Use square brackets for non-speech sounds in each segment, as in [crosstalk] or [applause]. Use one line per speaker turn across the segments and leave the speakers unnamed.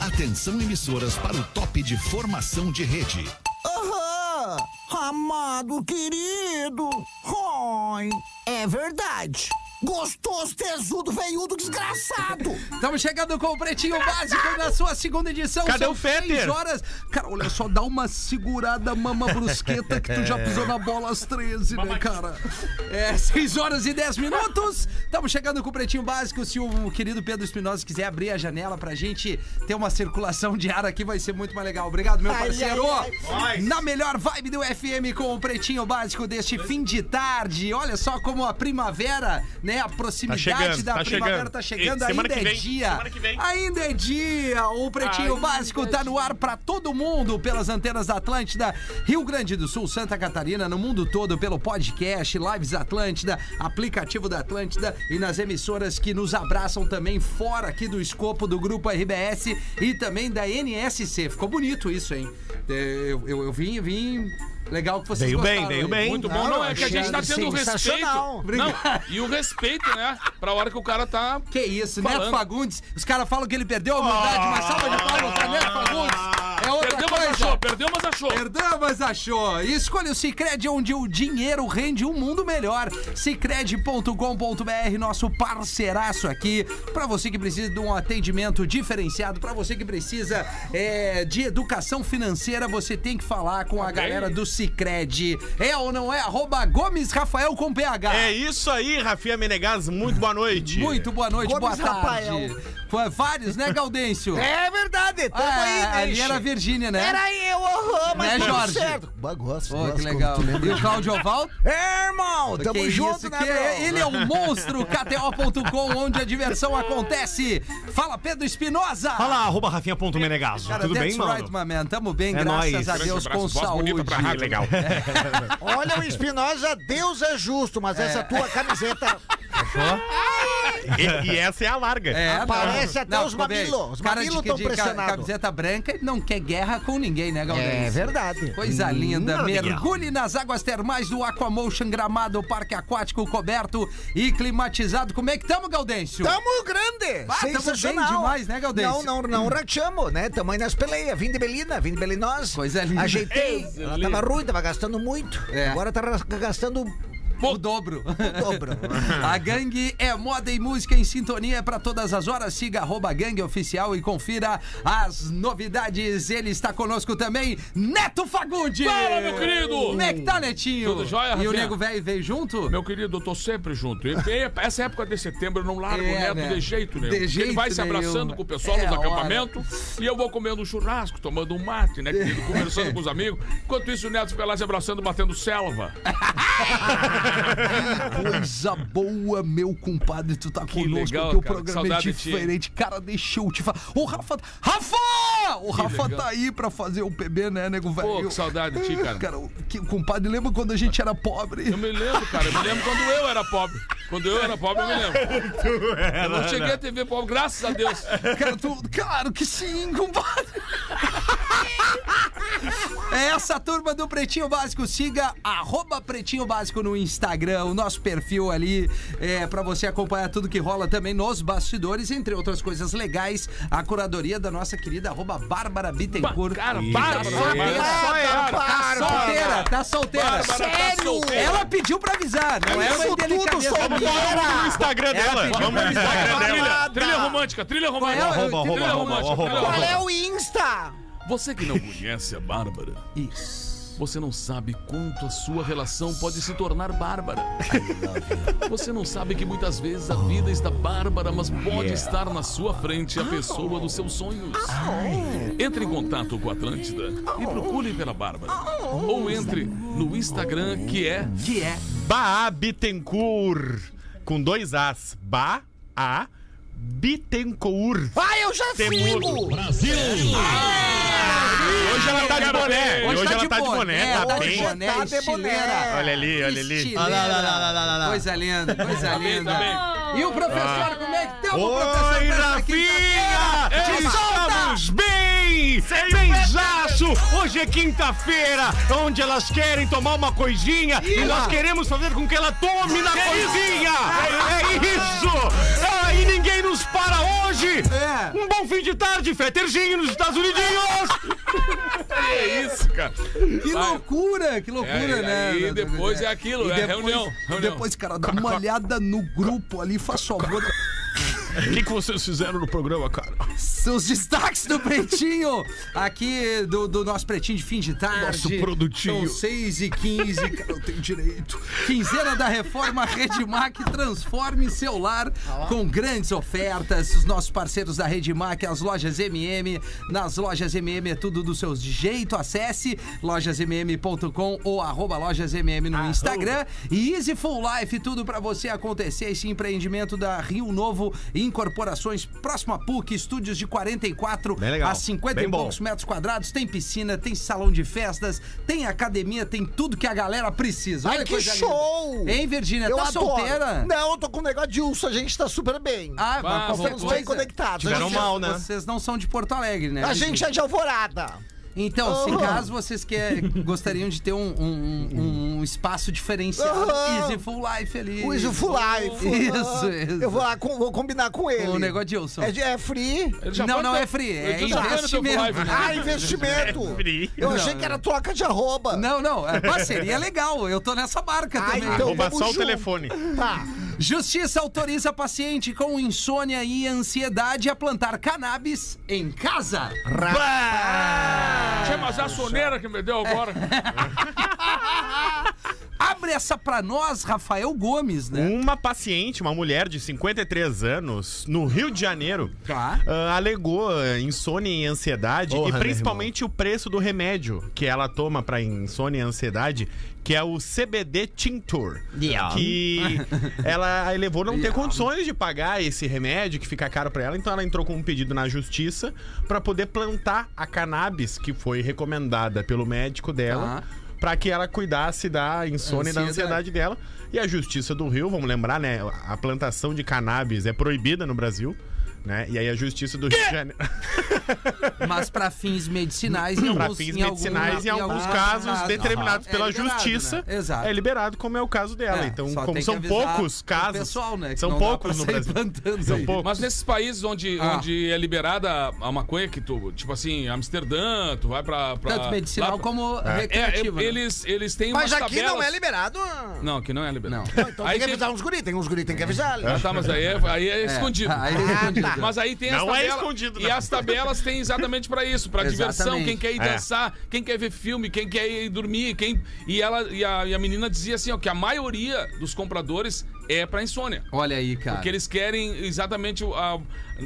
Atenção emissoras para o top de formação de rede.
Aham! Amado querido! Oi! É verdade! Gostoso, tesudo, veiudo, desgraçado!
Estamos chegando com o Pretinho Básico na sua segunda edição.
Cadê
São
o Fetter?
seis horas. Cara, olha só, dá uma segurada, mama brusqueta, que tu já pisou na bola às 13, né, cara? É, 6 horas e 10 minutos. Estamos chegando com o Pretinho Básico. Se o querido Pedro Espinosa quiser abrir a janela pra gente ter uma circulação de ar aqui, vai ser muito mais legal. Obrigado, meu
Ai,
parceiro.
ai,
ai.
Na melhor vibe do FM com o Pretinho Básico deste fim de tarde. Olha só como a primavera, né, a proximidade
chegando,
da
tá
primavera
chegando.
tá chegando.
E semana
Ainda
que
é
vem,
dia.
semana que vem. é
Ainda é dia! O Pretinho Básico tá no ar pra todo mundo pelas antenas da Atlântida, Rio Grande do Sul, Santa Catarina, no mundo todo pelo podcast, Lives Atlântida, aplicativo da Atlântida e nas emissoras que nos abraçam também fora aqui do escopo do grupo RBS e também da NSC. Ficou bonito isso, hein? É, Eu, eu, eu vim, vim. Legal que vocês
Veio bem,
gostaram,
veio
hein?
bem.
Muito bom, não, é que a gente tá
achei
tendo respeito.
sensacional.
Não,
Obrigado.
e o respeito, né? Pra hora que o cara tá.
Que isso,
Falando.
Neto Fagundes. Os caras falam que ele perdeu a humildade, mas salva de palmas pra Neto Fagundes. É outra
Perdeu, mas
coisa.
achou, perdeu, mas achou.
Perdeu, mas achou. Escolha o Cicred, onde o dinheiro rende um mundo melhor. Cicred.com.br, nosso parceiraço aqui. Pra você que precisa de um atendimento diferenciado, pra você que precisa é, de educação financeira, você tem que falar com a galera do Cicred. É ou não é? Arroba Gomes Rafael com PH.
É isso aí, Rafinha Menegas, muito boa noite.
Muito boa noite,
Gomes
boa tarde.
Rafael.
Foi vários, né, Gaudêncio?
[laughs] É verdade, tamo
Ah,
aí,
ali
deixa.
era a Virgínia, né?
Era eu, aham, mas
Né,
tudo
Jorge?
certo.
Bah, gosto,
Pô,
gosto
que
quando
legal.
tu
né,
lembra
E o
de-
Claudio Ovaldo?
É, irmão, tamo
Que
junto,
isso,
né,
que
bro?
é- Ele é um monstro, KTO.com, onde a diversão acontece. Fala, Pedro Espinosa!
Fala, arroba rafinha.menegaso.
Cara,
Tudo
that's
bem, mano?
right, my man. Tamo bem,
É
graças
nóis.
a
Grande
Deus, com
voz
saúde.
bonita pra rádio.
Legal.
Olha o Espinosa, Deus é justo, mas essa tua [laughs] camiseta
E, e essa é a larga.
É,
Aparece
não.
até os
ficou bem.
mamilo. Os
Cara
mamilo
de que-
tão
de ca-
pressionado.
Camiseta branca e não quer guerra com ninguém, né, Galdêncio?
é verdade.
Hum,
Coisa linda,
nada de
mergulhe nas águas termais do Aquamotion Gramado, parque aquático coberto e climatizado. Como é que tamo, Gaudêncio?
Tamo grande!
Ah, tamo
sensacional.
bem demais, né, Gaudêncio?
Não, não, não rachamos, né? Tamo aí nas peleias. Vim de Belina, vim de Belinós.
Coisa linda.
Ajeitei.
Coisa
Ela
linda.
tava ruim, tava gastando muito.
É.
Agora tá ras- gastando
O dobro. [laughs]
o dobro.
A gangue é moda e música em sintonia para todas as horas. Siga arroba gangue oficial e confira as novidades. Ele está conosco também, Neto Fagundes.
Fala, meu querido!
Como é que tá, Netinho?
Tudo jóia,
E
Rafinha?
o Nego Velho veio junto?
Meu querido, eu tô sempre junto. E- e- Essa época de setembro eu não largo
É,
o neto
né?
de jeito nenhum.
De
Porque
jeito
ele vai se
nenhum.
abraçando com o pessoal
É
nos
a hora.
acampamentos e eu vou comendo um churrasco, tomando um mate, né, querido? Conversando com os amigos. Enquanto isso, o neto fica lá se abraçando, batendo selva.
Coisa boa, meu compadre, tu tá conosco,
legal, cara,
teu
que
programa é
saudade de ti.
diferente. Cara, deixa eu te falar. Ô, Rafa. Rafa! O Rafa
legal.
tá aí pra fazer o PB, né, nego velho?
que saudade de ti, cara.
Cara, o que, compadre, lembra quando a gente era pobre?
Eu me lembro, cara. Eu me lembro quando eu era pobre. Quando eu era pobre, eu me lembro. [laughs] Eu não cheguei a TV pobre, graças a Deus.
Cara, tu, claro que sim, compadre. É Essa turma do Pretinho Básico, siga arroba Pretinho Básico no Instagram, o nosso perfil ali, é, para você acompanhar tudo que rola também nos bastidores, entre outras coisas legais, a curadoria da nossa querida arroba Bárbara Bittencourt.
Ah, Cara,
Ih,
para,
é.
Só
é,
Tá solteira, tá solteira.
Bárbara tá
Sério?
solteira.
Ela pediu pra avisar, não é
Isso
uma
tudo
indelicadeza
solteira.
minha.
Vamos no
É
Instagram dela.
pediu
Vamos no
pra
Instagram
avisar.
dela.
Trilha, trilha romântica, trilha romântica.
Qual é?
Arroba, arroba,
Trilha
arroba,
romântica,
arroba,
trilha
Qual
arroba.
é o Insta?
Você que não conhece a Bárbara,
Isso.
você não sabe quanto a sua relação pode se tornar bárbara. Você não sabe que muitas vezes a vida está bárbara, mas
Oh,
pode estar na sua frente a pessoa dos seus sonhos.
Ah, é?
Entre em contato com a Atlântida
Oh.
e procure pela Bárbara. Ou entre no Instagram que é
Que é
Ba Bittencourt. Com dois As. Ba A Bittencourt.
Vai, eu já sigo!
Hoje ela tá de
quero
boné.
ver.
Hoje, ela tá de boné, tá
É, hoje
bem.
de boné,
Tá de
estileira.
boné.
Olha ali, olha ali.
Estileira.
Olha lá, lá, lá, lá, lá, lá.
Coisa linda, coisa
Tá bem,
linda.
tá bem.
E o professor, como é que tem o professor?
Ah. Oi,
dessa
Rafinha!
quinta-feira?
Te Estamos bem! Benzaço! Hoje é quinta-feira, onde elas querem tomar uma coisinha e nós queremos fazer com que ela tome na coisinha! É isso! Ah, e ninguém nos para hoje!
Fetter!
Um bom fim de tarde, Fetterzinho, nos Estados Unidos!
É isso, cara.
Que
Vai.
loucura, que loucura,
É, e
né?
aí depois é aquilo, é reunião, reunião.
Depois, cara, dá
[laughs]
uma olhada no grupo ali, faz favor.
O que, que vocês fizeram no programa, cara?
Seus destaques do Pretinho, aqui do, do nosso Pretinho de fim de tarde.
Nosso produtinho.
São 6 e
[laughs]
15, cara, eu tenho direito. Quinzena da reforma Redmac, transforme seu lar com grandes ofertas. Os nossos parceiros da Redmac, as lojas MM. Nas lojas MM é tudo do seu jeito. Acesse lojasmm.com ou arroba lojasmm
Ah,
no Instagram. E Easy Full Life, tudo pra você acontecer. Esse empreendimento da Rio Novo Incorporações, próximo à PUC, estúdios de 44
Bem legal,
a 50 e
bem bom.
poucos metros quadrados, tem piscina, tem salão de festas, tem academia, tem tudo que a galera precisa.
Ai,
Olha
que
coisa
show!
linda. Hein, Virgínia?
Eu
Tá
adoro.
solteira?
Não, eu tô com um negócio de urso, a gente tá super bem.
Ah,
Bah,
mas qualquer
voltou.
Estamos bem
coisa-
conectados. A
Tiveram
gente-
mal, né?
Vocês não são de Porto Alegre, né?
A
Virgínia?
gente é de alvorada.
Então, se
Aham.
caso vocês quer, gostariam de ter um, um- um- um espaço diferenciado,
Aham.
Easy Full Life ali.
O Easy Full Life.
Isso, isso.
Eu vou lá, com- vou combinar com ele.
O negócio de Wilson.
É, de- é free.
Ele já
Não,
foi
não
teu-
é free,
ele
é
já foi no teu
investimento.
live, né?
Ah, investimento.
[laughs]
free.
Eu achei
Não,
que era troca de arroba.
Não, não, é parceria legal. Eu tô nessa barca
Ah,
também.
então
Vou
vamos
passar o
junto.
telefone.
Tá.
Justiça autoriza paciente com insônia e ansiedade a plantar cannabis em casa.
Tinha mais a soneira que me deu agora.
Abre essa pra nós, Rafael Gomes,
Hum.
né?
Uma paciente, uma mulher de 53 anos, no Rio de Janeiro,
Tá.
ah, alegou ah, insônia e ansiedade
Porra,
e
meu
principalmente o preço do remédio que ela toma pra insônia e ansiedade, que é o CBD Tintor,
Yeah. [laughs]
que ela elevou não ter condições de pagar esse remédio que fica caro pra ela, então ela entrou com um pedido na justiça pra poder plantar a cannabis que foi recomendada pelo médico dela.
Tá.
Pra que ela cuidasse da insônia e da
Ansiedade.
ansiedade dela. E a Justiça do Rio, vamos lembrar, né? A plantação de cannabis é proibida no Brasil, né? E aí a Justiça do Rio de [laughs] Janeiro.
Mas pra fins medicinais em alguns
Pra fins medicinais, em alguns
alguns
casos
casos,
determinados
aham.
pela
É liberado,
Justiça,
né? Exato.
é liberado, como é o caso dela.
É,
então,
só
como
tem que
são
avisar
poucos
o
casos.
pessoal, né, que
São
não dá
poucos
pra
no
sair
Brasil.
plantando
São
aí.
poucos.
[laughs] Mas nesses países onde,
Ah.
onde é liberada a maconha, que tu, tipo assim, Amsterdã, tu vai pra. pra
Tanto medicinal
lá-
como
É, é,
recreativa. né?
eles, eles têm
Mas
umas
aqui não
tabelas-
é liberado.
Não, aqui não é liberado.
Não.
Então
aí
tem que um-
tem...
avisar uns guri, tem uns guri, tem que avisar.
Ah, tá, mas aí é, aí é escondido.
Aí
Ah,
é escondido.
tá.
Mas aí tem as
Não é
tabelas.
escondido,
e
não.
as tabelas têm exatamente pra isso, pra diversão,
Exatamente.
quem quer ir
É.
dançar, quem quer ver filme, quem quer ir dormir, quem e ela e a, e a menina dizia assim, ó, que a maioria dos compradores é pra insônia.
Olha aí, cara.
Porque eles querem exatamente o- a,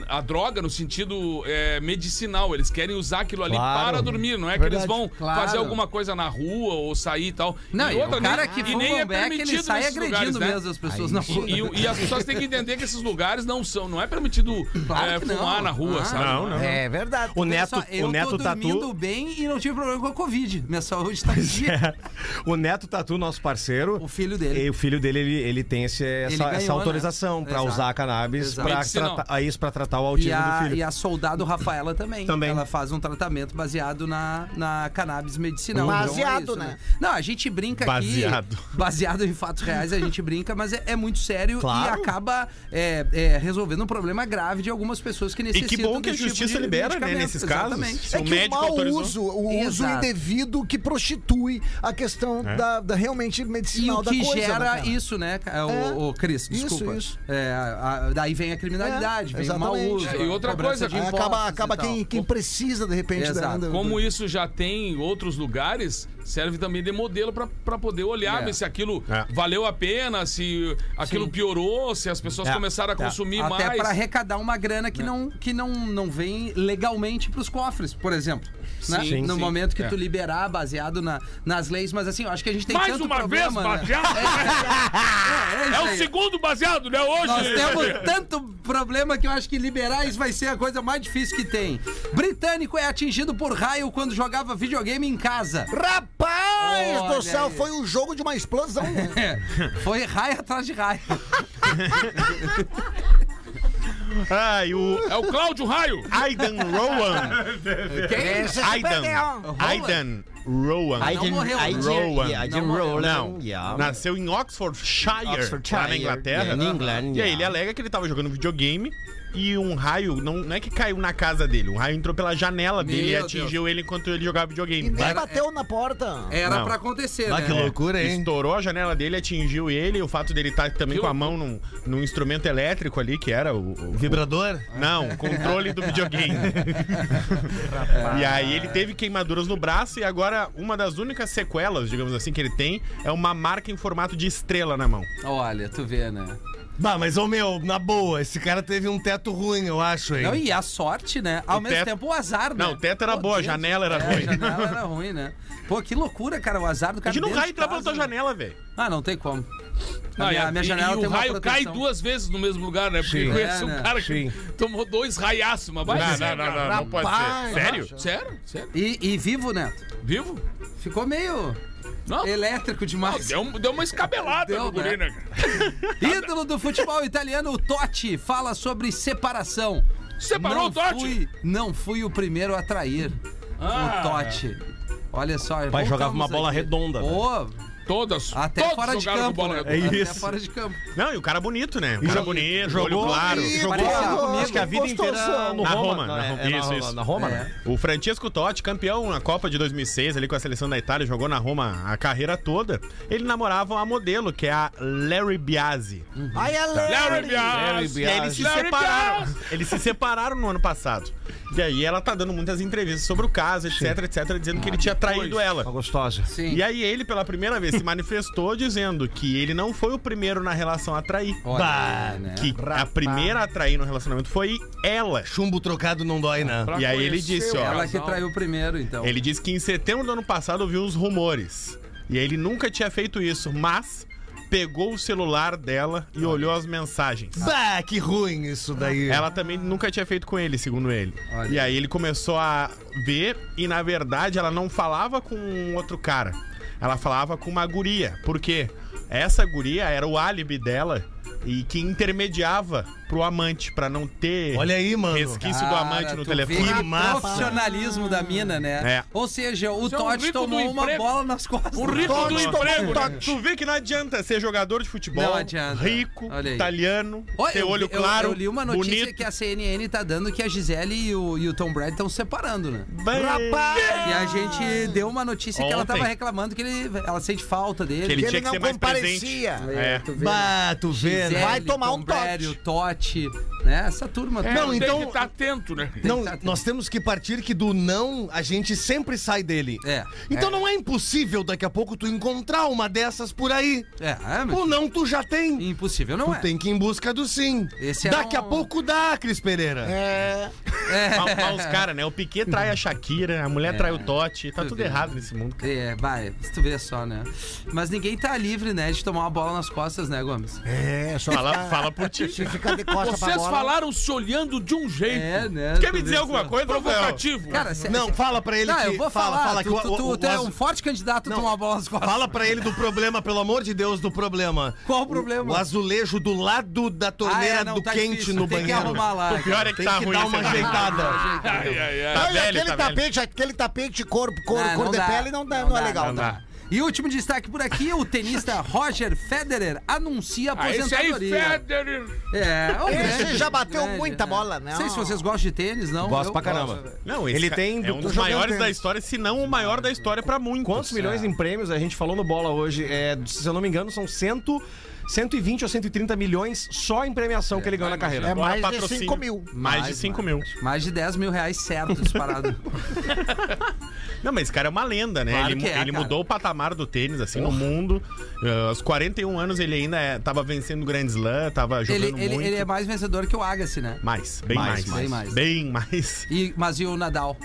a droga no sentido é, medicinal. Eles querem usar aquilo ali
Claro.
para dormir. Não é que eles
Verdade,
vão
claro.
fazer alguma coisa na rua ou sair e tal.
Não, e o cara que
e é
fuma um beck, ele
permitido
sai
nesses
agredindo
lugares, né?
mesmo as pessoas na rua. [laughs]
E, o- e as pessoas têm que entender que esses lugares não são, não é permitido
Claro
é,
que não.
fumar na rua,
Ah,
sabe?
não, não.
É verdade.
O
Olha
Neto,
só, eu
o Neto
tô dormindo
Tatu.
bem e não tive problema com a Covid. Minha saúde tá aqui.
o Neto Tatu, nosso parceiro.
O filho dele.
E o filho dele, ele, ele tem esse- essa,
ganhou,
essa autorização
né?
pra
Exato.
usar a cannabis
Exato.
pra
Medicinal.
tratar, a isso pra tratar o
E
autismo do
a,
filho.
e a soldado Rafaela também.
Também.
Ela faz um tratamento baseado na, na cannabis medicinal. Então é
Baseado,
isso,
né?
Não, a gente brinca
Baseado.
aqui. [laughs] Baseado em fatos reais, a gente brinca, mas é, é muito sério
Claro.
e acaba é, é, resolvendo um problema grave de algumas pessoas que
E
necessitam
que bom que a
desse tipo
justiça
de
libera, né,
medicamento.
nesses casos.
Exatamente.
Se
É
o
que o
médico
mau
autorizou.
uso, o uso
Exato.
indevido que prostitui a questão
É.
da, da realmente
E
medicinal
o
da
que
coisa. né,
gera
cara?
isso, né, ca- o,
É.
o Cris?
Isso,
Desculpa.
isso.
É, a- a- daí vem a criminalidade,
É,
vem o mau
exatamente.
uso.
É, e
a
outra
cobrança
coisa,
de
Aí
impostos
acaba
e
acaba
tal.
quem, quem precisa, de repente,
então. Exato.
da- da-
Como isso já tem em outros lugares, serve também de modelo para poder olhar,
É.
ver se aquilo
É.
valeu a pena, se aquilo piorou, se as pessoas
É.
começaram a consumir
Até
mais.
pra arrecadar uma grana que, não, que não, não vem legalmente pros cofres, por exemplo. né?
Sim,
no
sim.
momento que
É.
tu liberar, baseado na- nas leis, mas assim, eu acho que a gente tem
Mais
tanto
uma
problema,
vez,
né?
baseado?
É, é, é,
É
isso
o
aí.
segundo baseado, né? Hoje.
Nós temos tanto problema que eu acho que liberar isso vai ser a coisa mais difícil que tem. Britânico é atingido por raio quando jogava videogame em casa.
Rapaz
Olha
do céu,
aí.
foi o jogo de uma
[laughs]
explosão.
É, foi raio atrás
[laughs]
de raio.
Ai, o
[laughs]
É o Cláudio Raio.
Aidan Rowan.
É.
Quem?
Esse se
Aidan.
perdeu.
Aidan Rowan.
I didn't-
morreu,
I
né?
didn't-
Rowan.
yeah, I
Não
didn't
morreu.
roll
Não,
down, yeah.
nasceu em Oxfordshire, lá na
Oxfordshire,
Inglaterra.
yeah, in England,
E aí
yeah.
ele alega que ele tava jogando videogame e um raio, não, não é que caiu na casa dele, um raio entrou pela janela dele e
Meu
atingiu ele enquanto ele jogava
E
videogame.
nem bateu na porta.
Era
Não.
pra acontecer,
Ah,
né?
que loucura, hein?
Estourou a janela dele, atingiu ele, o fato dele estar também
Que
com a mão num, num instrumento elétrico ali, que era o. o-
Vibrador?
não, controle do videogame. e aí ele teve queimaduras no braço e agora uma das únicas sequelas, digamos assim, que ele tem é uma marca em formato de estrela na mão.
Olha, tu vê, né?
Bah, mas, ô meu, na boa, esse cara teve um teto ruim, eu acho, hein?
Não, e a sorte, né? Ao
O
mesmo
teto-
tempo o azar, né?
Não, o teto era
Pô,
boa, a
Deus,
janela era
é,
ruim.
A
[laughs]
janela era ruim, né? Pô, que loucura, cara, o azar do cara.
Imagina um
dentro
raio
de
entrar pela
casa,
tua
né?
janela, velho.
Ah, não tem como. A
Não, e
minha,
a-
minha
e-
janela
e
tem
o
uma
raio cai
proteção.
duas vezes no mesmo lugar, né? Porque
Sim.
eu conheço
É,
um
né?
cara que
Sim.
tomou dois raiaços, mas vai
Não,
dizer,
não, não,
cara.
não, não pode
Rapaz,
ser. Sério?
Sério? Sério?
E, e vivo, Neto?
Vivo?
Ficou meio
Não.
elétrico demais.
Deu, um- deu uma escabelada
[laughs] Deu,
no guri,
né?
né, cara?
Ídolo do futebol italiano, o Totti, fala sobre separação.
Separou
não
o Totti?
Fui, não fui o primeiro a trair
Ah.
o Totti. Olha só.
Pai
voltamos
jogava uma bola
aqui.
redonda, né?
Pô,
Todas.
até
todos
fora de
jogaram com
campo.
bola
né?
redonda.
É
Até
isso.
fora de campo.
Não, e o cara bonito, né? O cara
Jogou-
bonito,
jogou-
olho claro.
Ih,
Jogou-
parecia
Jogou,
comigo,
acho que a vida inteira
gostosão.
no
Na Roma,
Roma.
na Roma,
é,
isso,
Roma-
isso.
Na Roma,
É.
né?
O Francesco Totti, campeão na Copa de 2006 ali com a seleção da Itália, jogou na Roma a carreira toda. Ele namorava uma modelo, que é a Larry Biasi.
Uhum.
Ai, a
É Larry
Larry.
Larry
Bias.
E aí eles se
Larry
separaram.
Biasi.
Eles se separaram no ano passado. E aí ela tá dando muitas entrevistas sobre o caso, etc, etc, dizendo que ele tinha traído
depois.
ela.
Uma gostosa.
Ah, Sim.
E aí ele, pela primeira vez, se manifestou dizendo que ele não foi o primeiro na relação a trair.
Olha aí, né?
Que a primeira a trair no relacionamento foi ela.
Chumbo trocado não dói, né?
Pra
E aí ele
conhecer
disse,
o
ó,
Ela que
casal.
traiu primeiro, então.
Ele disse que em setembro do ano passado ouviu uns rumores. E aí ele nunca tinha feito isso, mas pegou o celular dela e olhou as mensagens.
Bah, que ruim isso daí.
Ela também nunca tinha feito com ele, segundo ele.
Olha.
E aí ele começou a ver e na verdade ela não falava com um outro cara. Ela falava com uma guria. Por quê? Essa guria era o álibi dela e que intermediava pro amante pra não ter
Olha aí, mano.
resquício é do
Cara,
amante no
Ah, tu vê
telefone.
o
massa.
profissionalismo da mina, né?
É.
Ou seja, o
Isso é um
Totti
rico do
tomou uma
emprego.
bola nas costas.
O rico
Totti
do
tomou
emprego, né?
Tá, Tu vê que não adianta ser jogador de futebol,
Não adianta.
rico,
Olha aí.
italiano,
Olha,
ter
eu vi-
olho
eu-
claro,
Eu, li uma notícia
bonito.
que a CNN tá dando que a Gisele e o, e o Tom Brady estão separando, né?
Bem-
E a gente deu uma notícia que ela
Ontem.
tava reclamando que ele, ela sente falta dele.
Que ele
Que ele
tinha que
não
ser mais
comparecia.
presente.
É,
É.
tu vê, né?
Bah, tu vê, né?
Gisele,
Vai tomar
Tom
um
Brady, o Totti, né? Essa turma
É,
toda.
Não,
tem
então-
que estar atento, né?
Não, nós temos que tá- partir que do não a gente sempre sai dele.
É.
Então
É.
não é impossível daqui a pouco tu encontrar uma dessas por aí.
É, é, mas
O não tu já tem.
impossível não
Tu
é.
tem que ir em busca do sim.
Esse é
daqui
um-
a pouco dá, Cris Pereira.
É,
Mal, mal os caras, né? O Piquet trai a Shakira, a
É.
mulher trai o Totti. Tá
Tu
tudo
vê,
errado
né?
nesse mundo.
É, vai, se tu vê só, né? Mas ninguém tá livre, né, de tomar uma bola nas costas, né, Gomes?
é só
Fala, fala por ti.
se ficar de costas pra
Vocês
bola.
falaram se olhando de um jeito.
né?
[laughs] Quer
tu
me
vê
dizer
só.
alguma coisa, Rafael?
Provocativo.
Cara, cê,
Não, fala pra ele
Não,
que...
eu vou
fala,
falar.
Fala,
tu,
que o-
tu- tu-
o-
tu
o-
é um forte candidato a
Não.
tomar uma bola nas costas.
[laughs] Fala pra ele do problema, pelo amor de Deus, do problema.
Qual o problema?
O azulejo do lado da torneira
Ah, é, não,
do
tá
quente
difícil,
no
tem
banheiro.
que arrumar lá.
O pior é que
Tem
tá
que
ruim
dar uma
esse negócio.
ajeitada.
[laughs] Ai, ai, ai.
Tá
Não, e
velho,
aquele
tá velho.
tapete, aquele tapete de cor, cor,
Não,
cor
não
de
dá.
pele não, dá, não, é
dá,
legal.
não
tá?
dá. E último destaque por aqui, o tenista Roger Federer anuncia
Ah, esse aí,
aposentadoria.
Federer.
é, o
Esse já bateu
grande, é.
muita bola, né?
Não sei se vocês gostam de tênis, não.
Gosto
Eu
pra caramba.
gosto.
Não, esse
Ele
ca-
tem
é um dos
jogando
maiores
tênis.
da história, se não o maior da história pra muitos.
Quantos
é.
milhões em prêmios a gente falou no bola hoje? É, se eu não me engano, são 100, 120 ou 130 milhões só em premiação que ele ganhou na
tá
carreira.
É
Fora
mais de
patrocínio.
5 mil.
Mais de 5 mil.
Mais de 10 mil reais certo disparado.
Não, mas esse cara é uma lenda, né?
Claro
ele
que é,
ele
cara.
mudou o patamar do tênis, assim, no mundo. Eh, aos 41 anos ele ainda é, tava vencendo Grand Slam, tava
ele,
jogando
ele,
muito.
ele é mais vencedor que o Agassi, né?
Mais, bem
Mais,
mais,
bem mais.
Bem mais.
E, mas e o Nadal?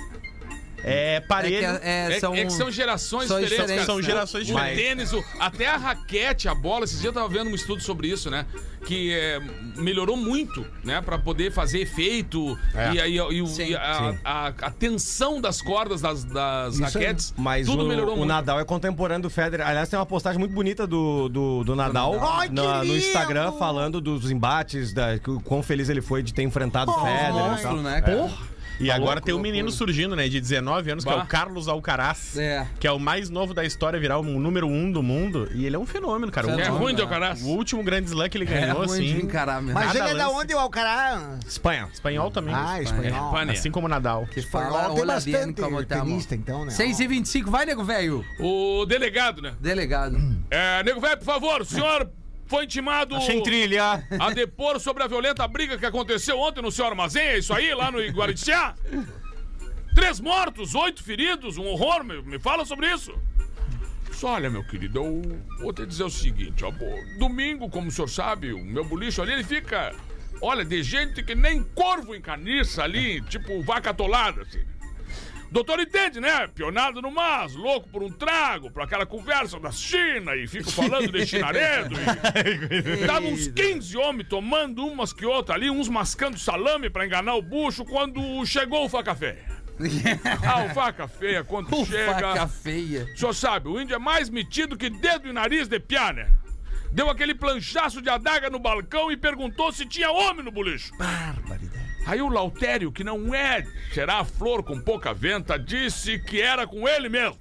É
É que,
parelho.
é-
É,
são...
é que são gerações
são
diferentes,
diferentes,
cara.
São
né?
gerações
O
diferentes.
tênis, o- até a raquete, a bola, esses dias eu tava vendo um estudo sobre isso, né? Que é, melhorou muito, né? Pra poder fazer efeito
É.
e, aí e o-
Sim.
e a, a- a tensão das cordas das, das raquetes.
Mas
tudo
o,
melhorou
o
muito.
Nadal é contemporâneo do Federer. Aliás, tem uma postagem muito bonita do, do, do Nadal
Ai, que
na- no
lindo!
Instagram falando dos embates, da, o quão feliz ele foi de ter enfrentado o Federer. e
monstro,
tal.
né, cara?
Porra!
E
Tá
agora
louco,
tem um
loucura.
menino surgindo, né? De 19 anos, que é
Bah.
o Carlos Alcaraz.
É.
Que é o mais novo da história, virar o número um do mundo. E ele é um fenômeno, cara. O
É
último-
ruim de Alcaraz.
O último grande slam que ele ganhou,
É ruim de
assim.
encarar mesmo.
Mas
Nada
ele é da
lança.
onde o Alcaraz?
Espanha. Espanhol também.
Ah, espanhol.
É,
Espanha.
Assim como o Nadal.
que
Espanhol
falaram,
tem
olha
bastante
bem como estamos.
tenista, então, né?
6 e 25 vai, nego velho.
O delegado, né?
Delegado.
É, nego velho, por favor, o senhor foi intimado
Sem trilha.
a depor sobre a violenta briga que aconteceu ontem no seu armazém, é isso aí, lá no Iguaritiá? Três mortos, oito feridos, um horror, me, me fala sobre isso. Só, Olha, meu querido, eu vou te dizer o seguinte, ó, pô, domingo, como o senhor sabe, o meu bolicho ali, ele fica, olha, de gente que nem corvo encarniça ali, tipo vaca atolada, assim. Doutor entende, né? Pionado no mas, louco por um trago, por aquela conversa da China e fico falando de chinaredo e... Tava uns 15 homens tomando umas que outras ali, uns mascando salame pra enganar o bucho quando chegou o faca feia. Ah, o faca feia quando
O
chega.
faca feia.
O senhor sabe, o índio é mais metido que dedo e nariz de piá, né? Deu aquele planchaço de adaga no balcão e perguntou se tinha homem no bolicho. Aí o Lautério, que não é cheirar a flor com pouca venta, disse que era com ele mesmo.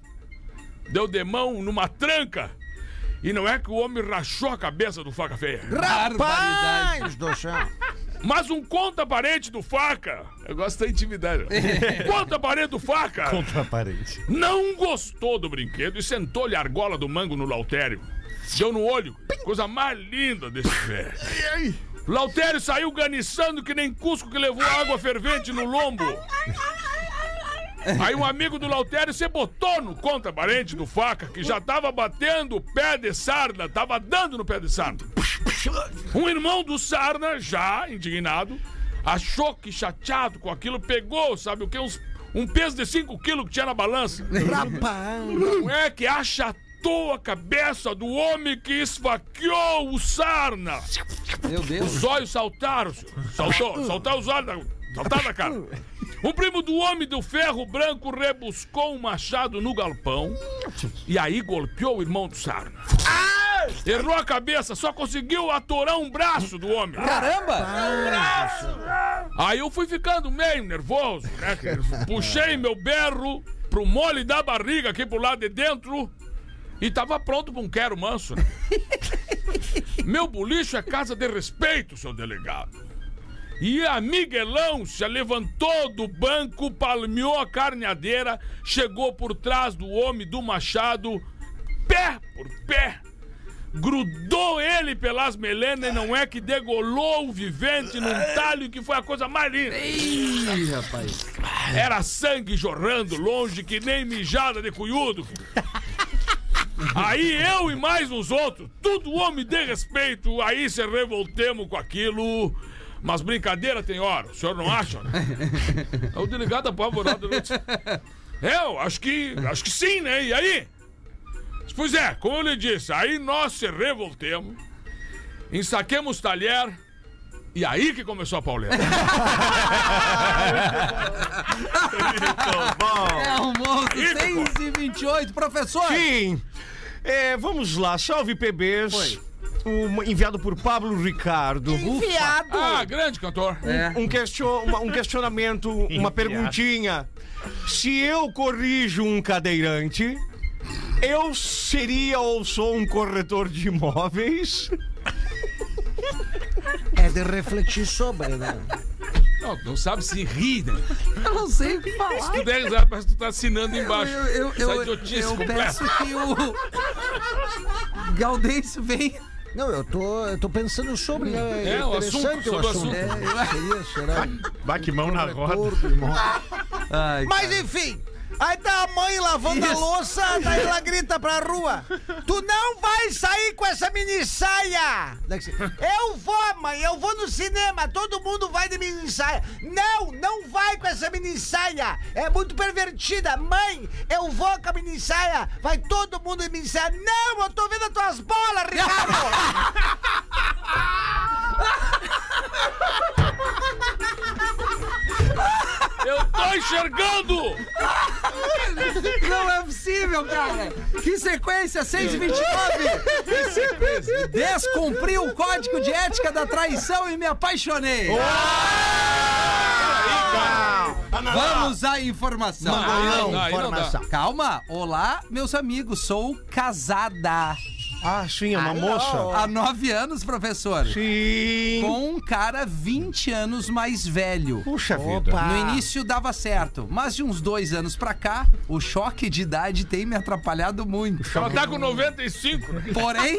Deu de mão numa tranca. E não é que o homem rachou a cabeça do faca feia.
Barbaridade.
Paz do chão.
Mas um conta parente do faca. Eu gosto da [laughs] intimidade. conta parente do faca. Conta parente. Não gostou do brinquedo e sentou-lhe a argola do mango no Lautério. Deu no olho. Coisa mais linda desse pé. Lautério saiu ganiçando que nem Cusco que levou água fervente no lombo. Aí um amigo do Lautério se botou no conta parente do faca que já tava batendo o pé de sarda, tava dando no pé de sarda. Um irmão do Sarna, já indignado, achou que chateado com aquilo, pegou, sabe o que? um peso de 5 quilos que tinha na balança.
Rapaz.
Não é que achatou a cabeça do homem que esfaqueou o Sarna.
Meu Deus.
Os olhos saltaram, senhor. Saltou, saltaram os olhos, da- saltaram da cara. O primo do homem do ferro branco rebuscou um machado no galpão e aí golpeou o irmão do Sarna. Errou a cabeça, só conseguiu atorar um braço do homem.
Caramba!
Aí eu fui ficando meio nervoso, né? querido? Puxei meu berro pro mole da barriga aqui pro lado de dentro e tava pronto pra um quero manso, né? Meu bolicho é casa de respeito, seu delegado. E a Miguelão se levantou do banco, palmeou a carneadeira, chegou por trás do homem do machado, pé por pé, grudou ele pelas melenas e não é que degolou o vivente num talho que foi a coisa mais linda.
Ih, rapaz.
Era sangue jorrando longe que nem mijada de cunhudo. Aí eu e mais uns outros, tudo homem de respeito, aí se revoltemos com aquilo. Mas brincadeira tem hora, o senhor não acha? Aí O delegado apavorado eu disse, Eu acho que, acho que sim, né? E aí? Pois é, como eu lhe disse, aí nós se revoltemos, ensaquemos o talher, e aí que começou a pauleira.
É um monstro.
Ih,
6 e 28, professor.
Sim. É, vamos lá, salve PBs. Um, enviado por Pablo Ricardo.
Enfiado.
Ah, grande cantor.
É.
Um, question- uma- um questionamento, uma perguntinha. Se eu corrijo um cadeirante, eu seria ou sou um corretor de imóveis?
É de refletir sobre, né?
Não, tu não sabe se ri, né?
Eu não sei o que falar.
Tu der risada, parece que tu tá assinando embaixo.
Eu, eu,
Essa
eu,
idiotice
eu
completa.
peço que o Gaudêncio venha.
Não, eu tô, eu tô pensando sobre.
Então
né?
É, o
interessante
assunto, sobre o assunto.
É, eu seria, será?
Bah, que mão na roda.
Corpo,
[laughs]
irmão.
Ai,
Mas enfim, aí tá a mãe lavando a
Isso.
louça, daí ela grita pra rua: Tu não vai sair com essa mini saia! Daí você, Eu vou, mãe, eu vou no cinema, todo mundo vai de mini saia. Não, não vai com essa mini saia! É muito pervertida! Mãe, eu vou com a mini saia! Vai todo mundo de mini saia! Não, eu tô vendo as tuas bolas, Ricardo!
Eu tô enxergando!
Não é possível, cara. Que sequência, 6 e 29. Descumpri o código de ética da traição e me apaixonei.
Tá na
Vamos à informação.
Não, não, aí não dá.
informação.
Calma. Olá, meus amigos. Sou casada.
Ah, sim, é uma
Alô?
moça.
Há nove anos, professor.
Sim.
Com um cara 20 anos mais velho.
Puxa vida.
Opa.
No início dava certo, mas de uns dois anos pra cá, o choque de idade tem me atrapalhado muito.
Ela tá com 95. né?
Porém,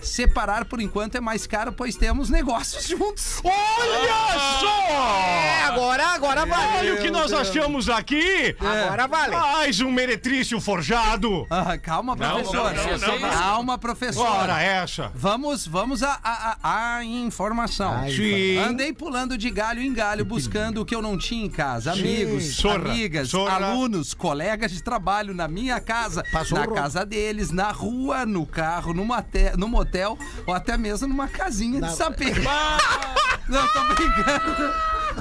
separar por enquanto é mais caro, pois temos negócios juntos.
Olha
É,
só!
[laughs] agora, agora
Olha o
vale.
que nós achamos
É.
aqui!
Agora vale.
Mais um meretrício forjado!
Ah, calma, professor.
não, não, não, não.
Calma, professor.
Ora, essa!
Vamos, vamos à a, a, a informação.
Sim.
Andei pulando de galho em galho buscando o que eu não tinha em casa. Amigos,
Sorra,
amigas,
sorra.
alunos, colegas de trabalho na minha casa, na casa deles, na rua, no carro, numa te- no motel ou até mesmo numa casinha de
[laughs]
sapê. [laughs] Não, tô brincando.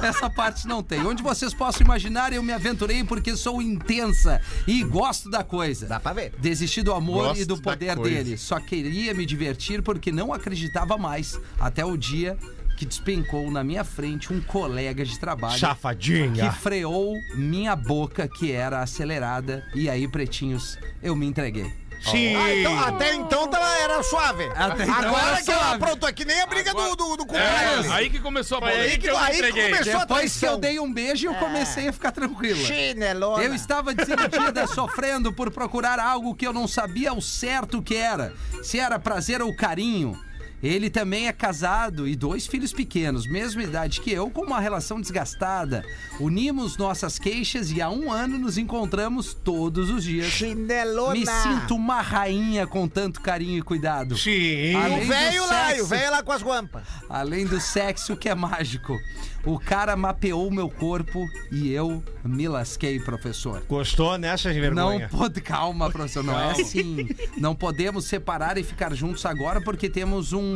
Essa parte não tem. Onde vocês possam imaginar, eu me aventurei porque sou intensa e gosto da coisa.
Dá pra ver.
Desisti do amor
Gosto
e do
da
poder
coisa.
dele. Só queria me divertir porque não acreditava mais. Até o dia que despencou na minha frente um colega de trabalho que
Safadinha!
freou minha boca, que era acelerada. E aí, pretinhos, eu me entreguei.
Sim!
Ah, então, até então tava, era suave.
Até então
Agora
era
que ela
suave.
aprontou aqui, nem a briga
Agora-
do, do, do
É,
compadre.
aí que começou a bola.
aí que, aí que começou a
Depois que eu
traição.
dei um beijo, eu comecei a ficar tranquila.
Chinelona.
Eu estava desiludida,
[laughs]
sofrendo por procurar algo que eu não sabia ao certo que era. Se era prazer ou carinho. Ele também é casado e dois filhos pequenos, mesma idade que eu, com uma relação desgastada. Unimos nossas queixas e há um ano nos encontramos todos os dias.
Chinelona.
Me sinto uma rainha com tanto carinho e cuidado.
Sim!
E o
Além do
velho lá, e
sexo.
o velho lá com as guampas.
Além do sexo que é mágico, o cara mapeou meu corpo e eu me lasquei, professor.
Gostou
né,
nessa de
Não
vergonha?
pode. Calma, professor. Não é
Calma.
assim. Não podemos separar e ficar juntos agora porque temos um.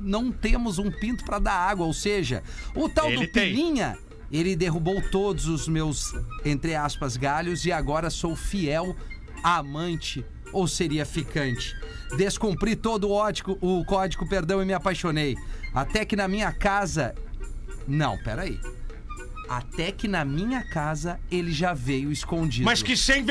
Não temos um pinto pra dar água. Ou seja, o tal
Ele
do
tem.
Pilinha. Ele derrubou todos os meus, entre aspas, galhos e agora sou fiel amante ou seria ficante. Descumpri todo o, ótico, o código, perdão, e me apaixonei. Até que na minha casa. Não, peraí. Até que na minha casa ele já veio escondido.
Mas que sem